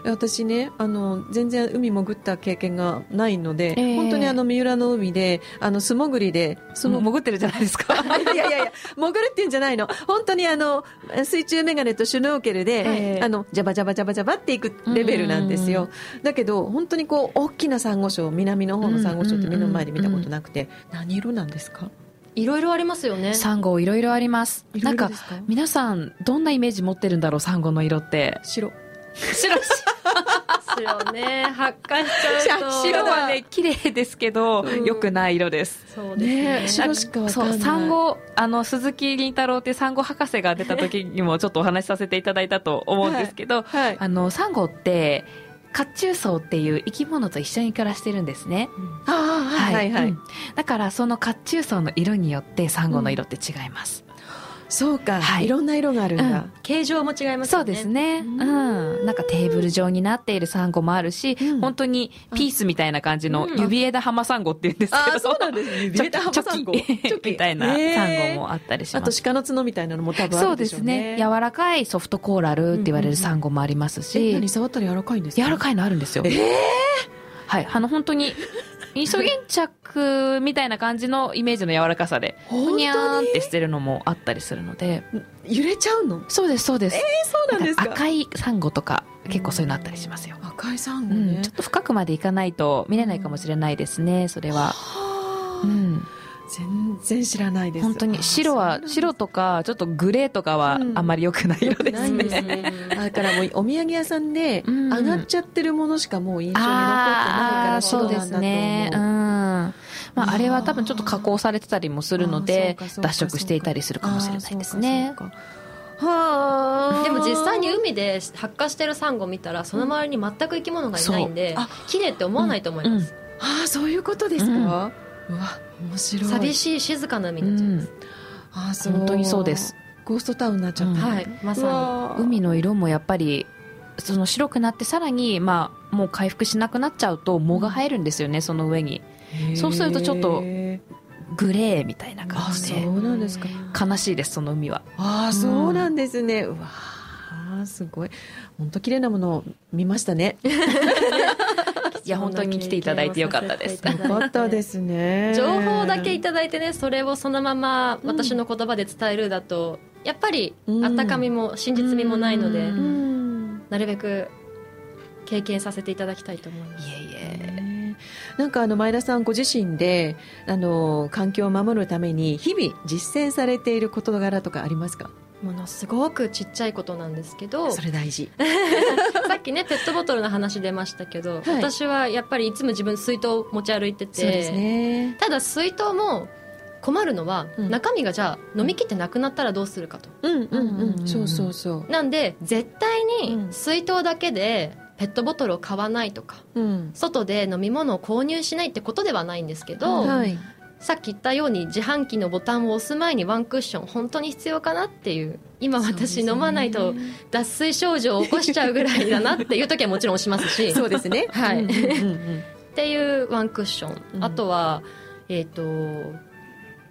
私ねあの全然海潜った経験がないので、
ええ
本当にあの三浦の海であの素潜りでその、
潜ってるじゃないですか
い やいやいや潜るっていうんじゃないの本当にあの水中メガネとシュノーケルで、
ええ
あのジャバジャバジャバジャバっていくレベルなんですよ、だけど本当にこう大きなサンゴ礁南の方のサンゴ礁って目の前で見たことなくて、何色なんですか
いろいろありますよ ね
サンゴいろいろありますなんか
ですか
皆さんどんなイメージ持ってるんだろうサンゴの色って
白
白
です よね発火しちゃうと
白だ
はね綺麗ですけど
うん
良くない色です
そうですね
ねえ白しかわかんない
そう産後あの鈴木凛太郎って産後博士が出た時にもちょっとお話しさせていただいたと思うんですけど、
はい
あのサンゴって褐虫藻っていう生き物と一緒に暮らしてるんですね、
うん
あーはいはいはい、
うんだからその褐虫藻の色によってサンゴの色って違います、
そうか、
はい
い、ろんな色があるんだ、
うん
形状も違います
そ
よね
うですね
う
うんんなんかテーブル状になっているサンゴもあるし、
うん
本当にピースみたいな感じの
うん
指枝浜サンゴっていうんですけど、
あーそうなんですね指枝浜サンゴ
チョキ
チョキ
みたいなサンゴもあったりし
あ
ま
と
す、
鹿の角みたいなのも多分あ
そう
る
で
でしょ
す
う
ね
ね。
柔らかいソフトコーラルって言われるサンゴもありますし、
え何触ったら柔らかいんですか
柔らかいのあるんですよ。はい、あの本当に、イソギンチャクみたいな感じのイメージの柔らかさで、
本当
ふ
に
にゃーんってしてるのもあったりするので、
揺れちゃうの
そうです、そうです。
そうなんですか
なんか赤いサンゴとか、結構そういうのあったりしますよ。
赤いサン
う
ゴ
ん
ね
ちょっ、と深くまでいかないと見れないかもしれないですね、それ
は
は。
あ
うん、
全然知らないです
本当に白は、白とか、ちょっとグレーとかは
うん
あんまり良くない色
良く
で
な
す
い
ね。
あそうなんですだからもうお土産屋さんで
うん
上がっちゃってるものしかもう印象に残ってないか
あ
ら
あ
白
そうで
なんだと
す
思う
ねうんまああれは多分ちょっと加工されてたりもするので
あーそうかそうか
脱色していたりするかもしれないですね
あーそうかそうかはあ
でも実際に海で発火してるサンゴ見たらその周りに全く生き物がいないんで
そうあ
綺麗って思わないと思います、
ああそういうことですか、
う
うんわ面白い
寂しい静かな海になっちゃいます、
あーそう
本当にそうです
ゴーストタウンになっちゃっ
うん
た、
はいま
う
さ
わー
海の色もやっぱりその白くなってさらにまあもう回復しなくなっちゃうと藻が生えるんですよねその上に
へー
そうするとちょっとグレーみたいな感
あ
じ
そ
で
うなんですか
悲しいですその海は
ああそうなんですね、うわーすごい本当綺麗なものを見ました ね
いや本当に来ていただいてよかったです
貴重な経験をさせてい
よかった
ただいて
ですね
情報だけいただいてねそれをそのまま
うん
私の言葉で伝えるだと、やっぱり
うん
温かみも真実味もないので、
う
うん
なるべく経験させていただきたいと思います
いえいえ
ねなんかあの前田さんご自身であの環境を守るために日々実践されている事柄とかありますか
ものすごくちっちゃいことなんですけど
それ大事
さっきねペットボトルの話出ましたけ
はい
ど、私はやっぱりいつも自分水筒を持ち歩いてて
そうですね
ただ水筒も困るのは、
うん
中身がじゃあ飲み切ってなくなったらどうするかと
うんうん
う
うんんそうそうそう
なんで絶対
う
に
ん
水筒だけでペットボトルを買わないとか
うん
外で飲み物を購入しないってことではないんですけど、
うん
はい
さっき言ったように自販機のボタンを押す前にワンクッション本当に必要かなっていう今私飲まないと脱水症状を起こしちゃうぐらいだなっていう時はもちろん押しますし
そうですね
はい
うんうん
っていうワンクッション、
うん
あとはえっ、と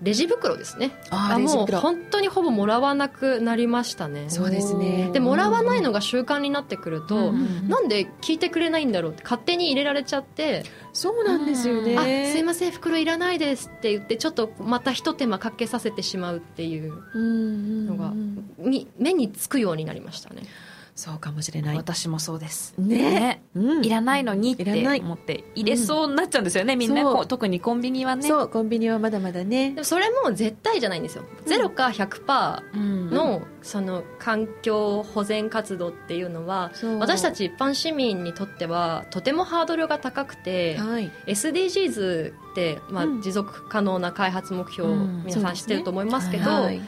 レジ袋ですね
あ
あ
ーレジ
もう
袋
本当にほぼもらわなくなりましたね
そうですね
でもらわないのが習慣になってくると、
うん
なんで聞いてくれないんだろうって勝手に入れられちゃって
そうなんですよ
「
ね
あすいません袋いらないです」って言ってちょっとまたひと手間かけさせてしまうっていう
うん
の
う
が
んうん
み目につくようになりましたね
そうかもしれない
私もそうです
ねうん
いらないのにって
いらない
思って入れそうになっちゃうんですよね、みんな
そう
こう特にコンビニはね
そうコンビニはまだまだね
でもそれも絶対じゃないんですよ0か100%
うん
のその環境保全活動っていうのは
そう
私たち一般市民にとってはとてもハードルが高くて
はい
SDGs って、まあ
うん
持続可能な開発目標を
うん
皆さん知ってると思いますけど、
そう
はい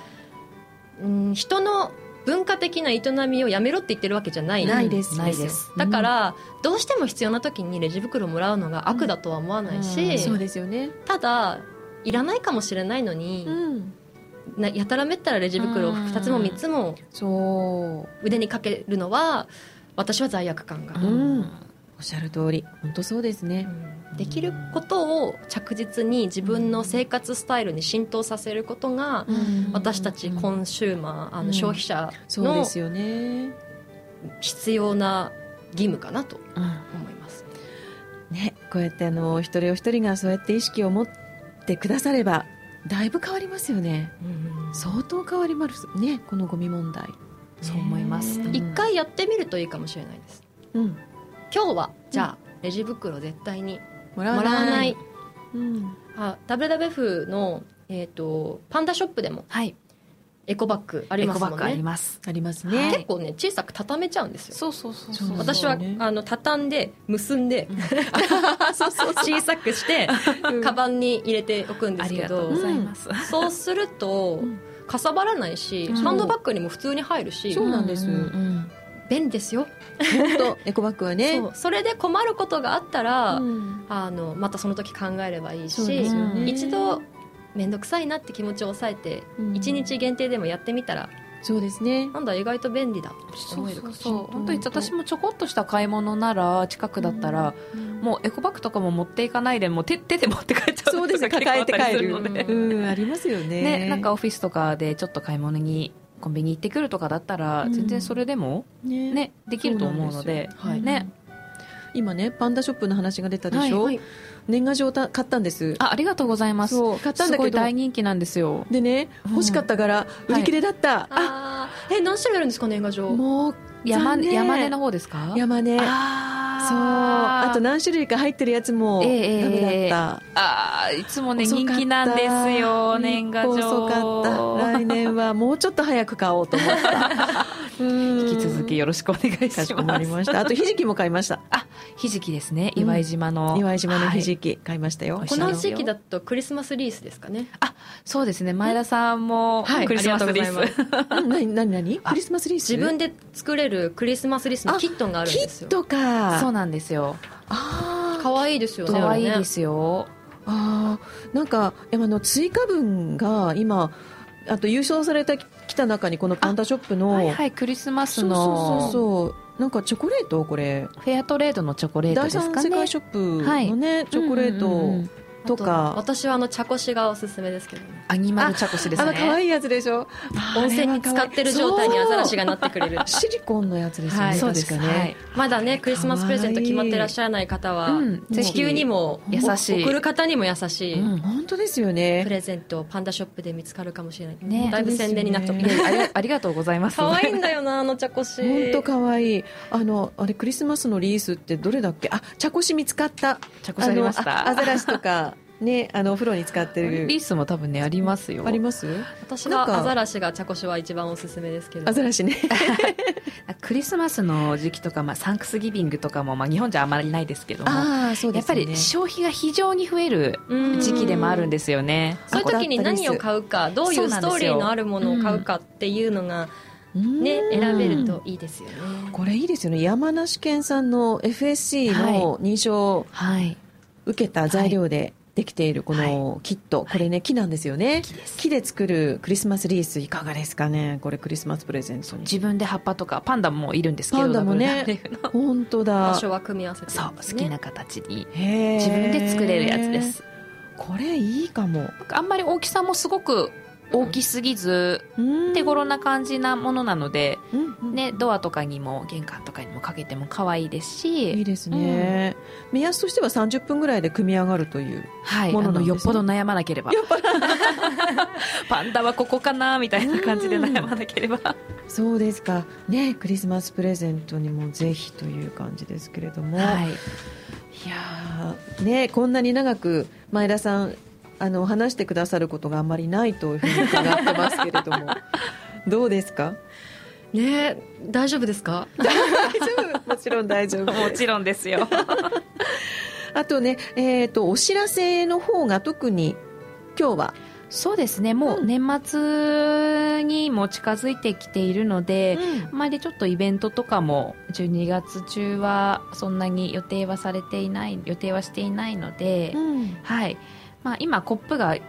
うん人の文化的な営みをやめろって言ってるわけじゃない
ないです
ないです
だから、どうしても必要な時にレジ袋をもらうのが悪だとは思わないし、
うんうん
そうですよね
ただいらないかもしれないのに、
うん
なやたらめったらレジ袋を
うん
2つも3つも
そう
腕にかけるのは私は罪悪感が、
うんおっしゃる通り本当そうですね
うんできることを着実に自分の生活スタイルに浸透させることが、
うん
私たちコンシューマーあ
うん
の消費者
そうで
の
すよね
必要な義務かなと思います。
ねこうやってあの一人お一人がそうやって意識を持ってくださればだいぶ変わりますよね相当変わりますねこのゴミ問題
そう思います
ね
一回やってみるといいかもしれないです
うん
今日はじゃあ、レジ袋絶対に
も
もらわない
うん
あ WWF の、えー、とパンダショップでも
はい
エコバッグあり
エ
ま
コ
すも
バッ
ん
グあり
ね
ます
あります
は
ね
い
結構ね小さく畳めちゃうんですよ
そうそうそう
そう
私は、
ね
あの畳んで結んで 小さくしてカバンに入れておくんで
あ
す
り
け
がと
ど
うございます、
そうすると
うん
かさばらないし
うん
ハンドバッグにも普通に入るし
そうなんです
うんうん
便利ですよ
本当エコバッグはね
そうそれで困ることがあったら、
うん
あのまたその時考えればいい
そうで
し、
すよ
うん
ね
一度面倒くさいなって気持ちを抑えて、
うん
一日限定でもやってみたら
そうですね
なんだ意外と便利だって
そ
思
う
えるか
そうそう
もしれない
本当に私もちょこっとした買い物なら近くだったら、もうエコバッグとかも持っていかないでもう手手で持って帰っちゃう
そうですね
ことが結構あったりす
抱えて帰る
ので
うんありますよね
ね、なんかオフィスとかでちょっと買い物にコンビニ行ってくるとかだったら
うん
全然それでも、
ね
ねできると思うので
そうなんですよ
ね、
今ねパンダショップの話が出たでしょ、
はい
年賀状た買ったんです
あありがとうございます
そう買ったん
す
だ
ご
け
い
ど
大人気なんですよ
でね
うん
欲しかったから売り切れだった、
あーえ何種類あるんですか年賀状
もう
山
残念
山根の方ですか
山根そう
あ
あと
な
何種類か入ってるやつもダ
ええええ
メだった、
あーいつもね
遅かっ
人
た
気なんですよ年賀状
遅かった来年はもうちょっと早く買おうと思った
引
引
き続きよろしくお願いします
かしこまりましたあとひじきも買いました
ひじきですね岩井島の、
岩井島のひ
はい
じき買いましたよ、
美味し
こ
い
の時期だとクリスマスリースですかね
そうですね前田さんもクリスマスリース、
ありがとうございます
うん何何何
あ
クリスマスリース
自分で作れるクリスマスリースのキットがあるん
キ
で
ッ
すよ
トか
そう
う
なんですよ
あー
可愛いですよね
可愛い
あれ
で
ね
すよ、
あーなんかあの追加分が今あと優勝されたきた中にこのパンダショップの、
はいはいクリスマス
そうそう
の
そうそうなんかチョコレートこれ
フェアトレードのチョコレート
第
です
三
か
世界
ね
ショップのね、チョコレー
うんうんうんう
ト
ん
と
あ
か、
私はあの茶こしがおすすめですけどね
アニマルチャコシです
あ
ね
の可愛いやつでしょ
温泉に使ってる状態にアザラシ
が
がなってくれる
シリコンのやつですよね、
はいそうで
確
す
か
ね、
ね、
はい
まだねクリスマスプレゼント決まってらっしゃらない方は、
うん
ぜひ
地球にも
優しい
送る方にも優しい、
うん
本当ですよ
プ
ね
レゼントパンダショップで見つかるかもしれない、
ね
だいぶ宣伝になっちゃっ
本
い
当
た
で
やいやあり ありがとうございます
可愛いんだよなあの茶こし
本当可愛いあのあれクリスマスのリースってどれだっけあ茶こし見つかった
チャコシありまし
あの
た
あアザラシとかね、あのお風呂に使ってる
リースも多分ねありますよ
あります
私
なんか
はアザラシが茶こしは一番おすすめですけど
アザラシね
クリスマスの時期とか、まあ、サンクスギビングとかも、まあ、日本じゃあまりないですけども、
ああそう
やっぱり消費が非常に増える
うん
時期でもあるんですよね。
そういう時に何を買うかどうい
そううな
ス
んです
ト
よ
ーリーのあるものを買うかっていうのが、ね、選べるといいですよね
これいいですよね山梨県産の FSC の認証を
はい
受けた材料でできているこのキット、これね木なんですよね木で作るクリスマスリースいかがですかねこれクリスマスプレゼントに
自分で葉っぱとかパンダもいるんですけど
パンダもね
WWF の
本当だ
場所は組み合わせて、ね、
そう好きな形に
自
自分で作れるやつです、
これいいかも
なんかあんまり大きさもすごく大きすぎず、手頃な感じなものなので、
うんうん
ね、ドアとかにも玄関とかにもかけても可愛いです
いい
し、
ですね、目安としては30分ぐらいで組み上がるという
はい、
も
あ
のなん
の
ですね
よっぽど悩まなけ ればパンダはここかなみたいな感じで悩まなければ、
そうですかねクリスマスプレゼントにもぜひという感じですけれども、
はい、
いやーねこんなに長く前田さんあの話してくださることがあんまりないというふうに伺ってますけれど もどうですか
ね大丈夫ですか
大丈 夫もちろん大丈夫
もちろんですよ
あとね、えー、とお知らせの方が特に今日は
そうですねもう年末にも近づいてきているので、あまりちょっとイベントとかも12月中はそんなに予定はされていない予定はしていないので、はいまあ、今コップが、えー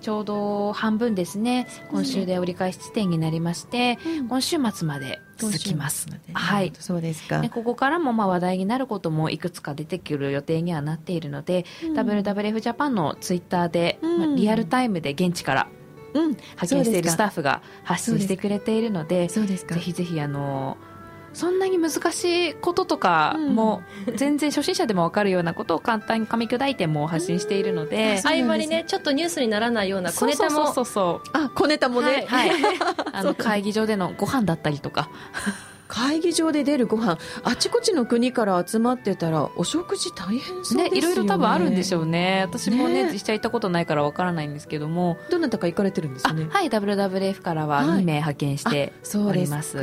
ちょうど半分ですね今週で折り返し地点になりまして、今週末まで続きます
今週末までね
はい
そうですか、
でここからもまあ話題になることもいくつか出てくる予定にはなっているので、WWF ジャパンのツイッターで、
うん
まあリアルタイムで現地から
うん
派遣しているスタ
ッ
ッフが発信してくれているので
そうですか
ぜひぜひあのそんなに難しいこととか
うん
も、全然初心者でも分かるようなことを簡単に噛み砕いても発信しているの で、
うなんです
合間にねちょっとニュースにならないような小
そう
ネ
そう
タ
そう
も
そうそ
あ小ネタも
う、
ね、
はい、 あの会議場でのご飯だったりとか
会議場で出るご飯あちこちの国から集まってたらお食事大変そうですよね
ねいろいろ多分あるんでしょうね私もね
ね
実際行ったことないから分からないんですけども、
どなたか行かれてるんですよ
あ
ね
はい WWF からは
はい
2名派遣して、
そうですか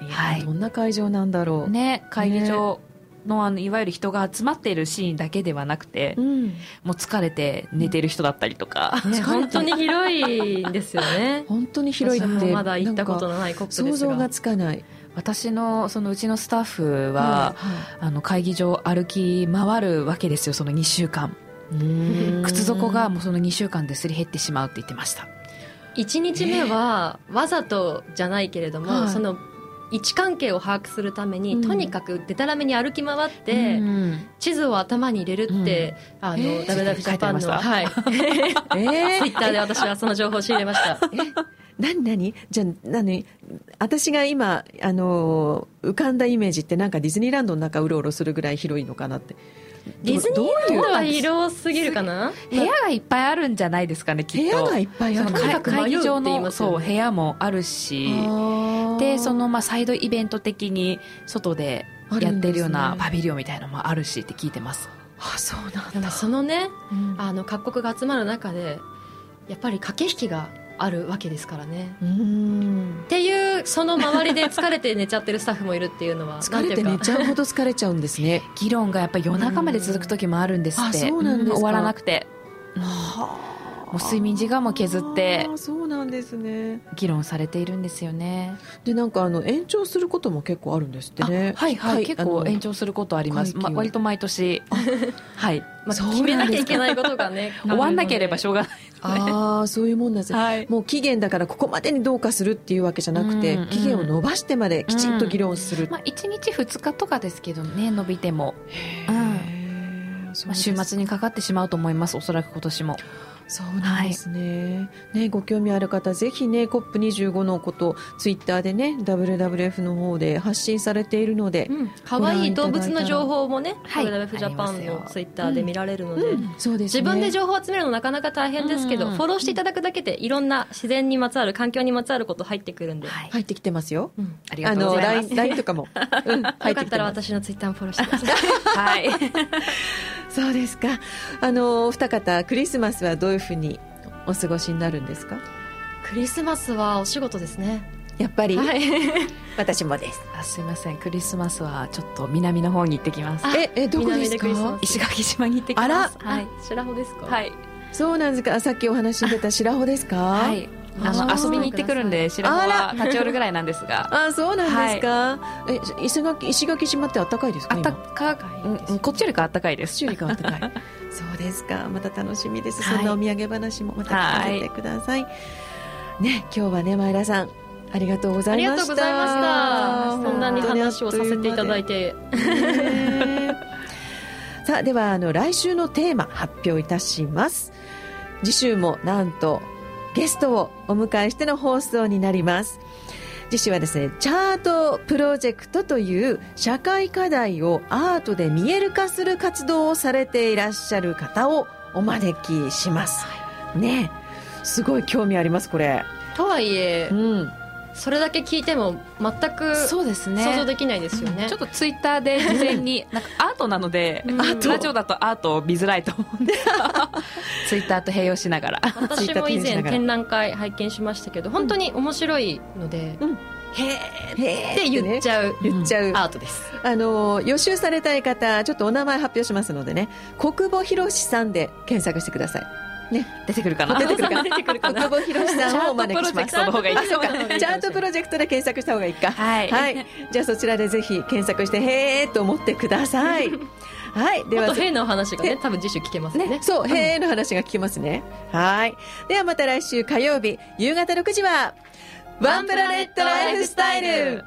おり
いや
はい
どんな会場なんだろう、
ね会議場のあのいわゆる人が集まっているシーンだけではなくて、
うん
もう疲れて寝てる人だったりとか、
ね
本当に広いんですよね
本当に広いっ
私
て
もまだ行ったこ
なん
と
か
のないコップですが
想像がつかない
私のそのうちのスタッフは、あの会議場歩き回るわけですよその2週間
うん
靴底がもうその2週間ですり減ってしまうって言ってました
1日目はわざとじゃないけれども、
はい
その位置関係を把握するために、
うん
とにかくでたらめに歩き回って、
うん
地図を頭に入れるって、あの、
えー
ダメダメジャパンの、
書いてあ
はい、ツ
え
イッターで私はその情報を仕入れました。
何何じゃあ何私が今、あのー浮かんだイメージってなんかディズニーランドの中うろうろするぐらい広いのかなって
ディズニー
どうい
ラン
う
ドは広すぎるかな
部屋がいっぱいあるんじゃないですかねき
部
っと
屋がいっぱいある
その
とにか
会
く
会議場
迷うって言い
の
ますよね
そう部屋もあるしでそのまあサイドイベント的に外でやってる
ある
ようなん
ですね
パビリオンみたいなのもあるしって聞いてます
あそうな
で
ん
も
だ
そのね、
うん
あの、各国が集まる中で、やっぱり駆け引きがあるわけですからね。
うん
っていう、その周りで疲れて寝ちゃってるスタッフもいるっていうの は、
疲れて寝
なんいうか
ちゃうほど疲れちゃうんです ね
議論がやっぱり夜中まで続く時もあるんですって、
うんあそうなんですか
終わらなくて
は
もう睡眠時間も削って
あーそうなんですね
議論されているんですよね
でなんかあの延長することも結構あるんですってね
あはいはい、結構延
長
長することあります、
会期
ま
を
割と毎年はい
ま
そう
あ、
なん
決めなきゃいけないことがね、
終わんなければし
ょ
ょうがない
ああそういうもんなんですね
はい
もう期限だからここまでにどうかするっていうわけじゃなくて、
うんうん
期限を延ばしてまできちんと議論する、
まあ、1日2日とかですけどね伸びても、うん
へーそう
まあ、
です
週末にかかってしまうと思いますおそらく今年も
そうなんですね,、ねご興味ある方ぜひね COP25 のことツイッターでね WWF の方で発信されているので、
うん。可愛い動物の情報もね、
はい
WWF ジャパン
ありま
の
すよ
ツイッターで見られるので、
うんそうですね
自分で情報を集めるのなかなか大変ですけど、
うん
フォローしていただくだけでいろんな自然にまつわる環境にまつわること入ってくるんで、
はい、
入ってきてますよ
うん
ありが
あ
とう
の
ございます
LINE とかも、うん、入
よ
っ
か
てき
った
て
ら
ます
私のツイッターもフォローしてください
はい
そうですかあのお二方クリスマスはどういうふうにお過ごしになるんですか
クリスマスはお仕事ですね
やっぱり、
はい
私もです
あすいませんクリスマスはちょっと南の方に行ってきます
あ
ええどこです
南でクリスマ
か
ス
石垣島に行ってきます
あら
はい
白穂ですか
はい、
そうなんですかあさっきお話に出た白穂ですか
はい、あ
あー
の遊びに行ってくるんで白
あ
浜
ら
は立ち寄るぐらいなんですが
あそうなんですか、え石垣石垣島ってあったかいですか
あった
今
かうんうんこっちよりかあったかいです
修理があったかい そうですかまた楽しみです、
はい
そんなお土産話もまた聞かせてください、ね今日はね前田さんありがとうござ
あ
い
り
ま
がとう
し
ございました
た
こんなに話をさせていただい
て
て
さあではあの来週のテーマ発表いたします次週もなんとゲストをお迎えしての放送になります次週はですねチャートプロジェクトという社会課題をアートで見える化する活動をされていらっしゃる方をお招きしますねえすごい興味ありますこれ
とはいえ
うん
それだけ聞いても全く
うです
想像できないですよね
ちょっとツイッターで事前になんかアートなので、
うん
ラジオだとアートを見づらいと思うんで ツイッターと併用しながら
私も以前展覧会拝見しましたけど本当に面白いので、
うん
へ
へ
え
ー
って言っちゃう、
言っちゃう、
アートです
あの予習されたい方ちょっとお名前発表しますのでね国母博さんで検索してください
出てくるかな
出てくる
出てく
国
るかな
母博さんをお招きします
チャートプロジェクトの方がいい
あそうかチャートプロジェクトで検索した方がいいか
はい、
はいじゃあそちらでぜひ検索してへーと思ってくださいはいで
もっ
は
と変なお話が
ね
ね多分次週聞けますよね
ね、そう、へーの話が聞きますね。はい。ではまた来週火曜日、夕方6時は、ワンプラネットライフスタイル